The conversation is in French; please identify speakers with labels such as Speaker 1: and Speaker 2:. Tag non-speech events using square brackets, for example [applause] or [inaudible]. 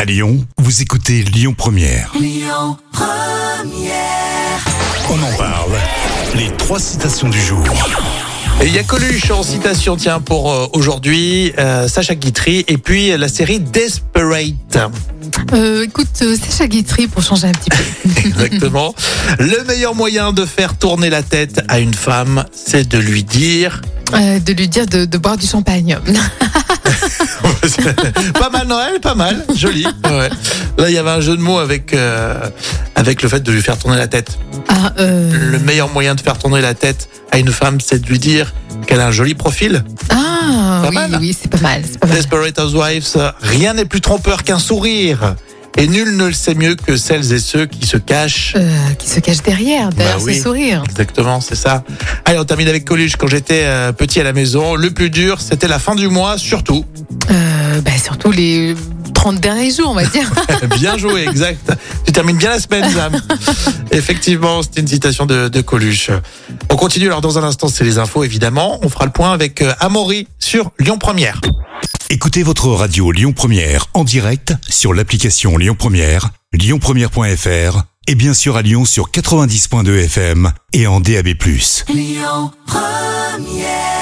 Speaker 1: À Lyon, vous écoutez Lyon Première. On en parle. Les trois citations du jour.
Speaker 2: Et Il y a Coluche en citation, tiens, pour euh, aujourd'hui, euh, Sacha Guitry, et puis euh, la série Desperate.
Speaker 3: Euh, écoute, euh, Sacha Guitry pour changer un
Speaker 2: [laughs]
Speaker 3: petit peu.
Speaker 2: Exactement. Le meilleur moyen de faire tourner la tête à une femme, c'est de lui dire. [laughs]
Speaker 3: Euh, de lui dire de, de boire du champagne. [laughs]
Speaker 2: pas mal, Noël, pas mal. Joli. Ouais. Là, il y avait un jeu de mots avec, euh, avec le fait de lui faire tourner la tête.
Speaker 3: Ah, euh,
Speaker 2: Le meilleur moyen de faire tourner la tête à une femme, c'est de lui dire qu'elle a un joli profil.
Speaker 3: ah
Speaker 2: Pas
Speaker 3: oui,
Speaker 2: mal.
Speaker 3: oui, c'est pas mal. c'est pas mal.
Speaker 2: Desperate Housewives, rien n'est plus trompeur qu'un sourire. Et nul ne le sait mieux que celles et ceux qui se cachent.
Speaker 3: Euh, qui se cache derrière, derrière
Speaker 2: Bah oui.
Speaker 3: ce sourire.
Speaker 2: Exactement, c'est ça. Allez, on termine avec Coluche. Quand j'étais euh, petit à la maison, le plus dur, c'était la fin du mois, surtout. [laughs]
Speaker 3: Euh, bah, surtout les 30 derniers jours, on
Speaker 2: [laughs]
Speaker 3: va dire.
Speaker 2: bien joué, exact. Tu termines bien la semaine, Sam. Effectivement, c'était une citation de, de Coluche. On continue, alors dans un instant, c'est les infos, évidemment. On fera le point avec euh, Amaury sur Lyon Première.
Speaker 1: Écoutez votre radio Lyon Première en direct sur l'application Lyon Première, lyonpremière.fr et bien sûr à Lyon sur 90.2 FM et en DAB+.
Speaker 4: Lyon Première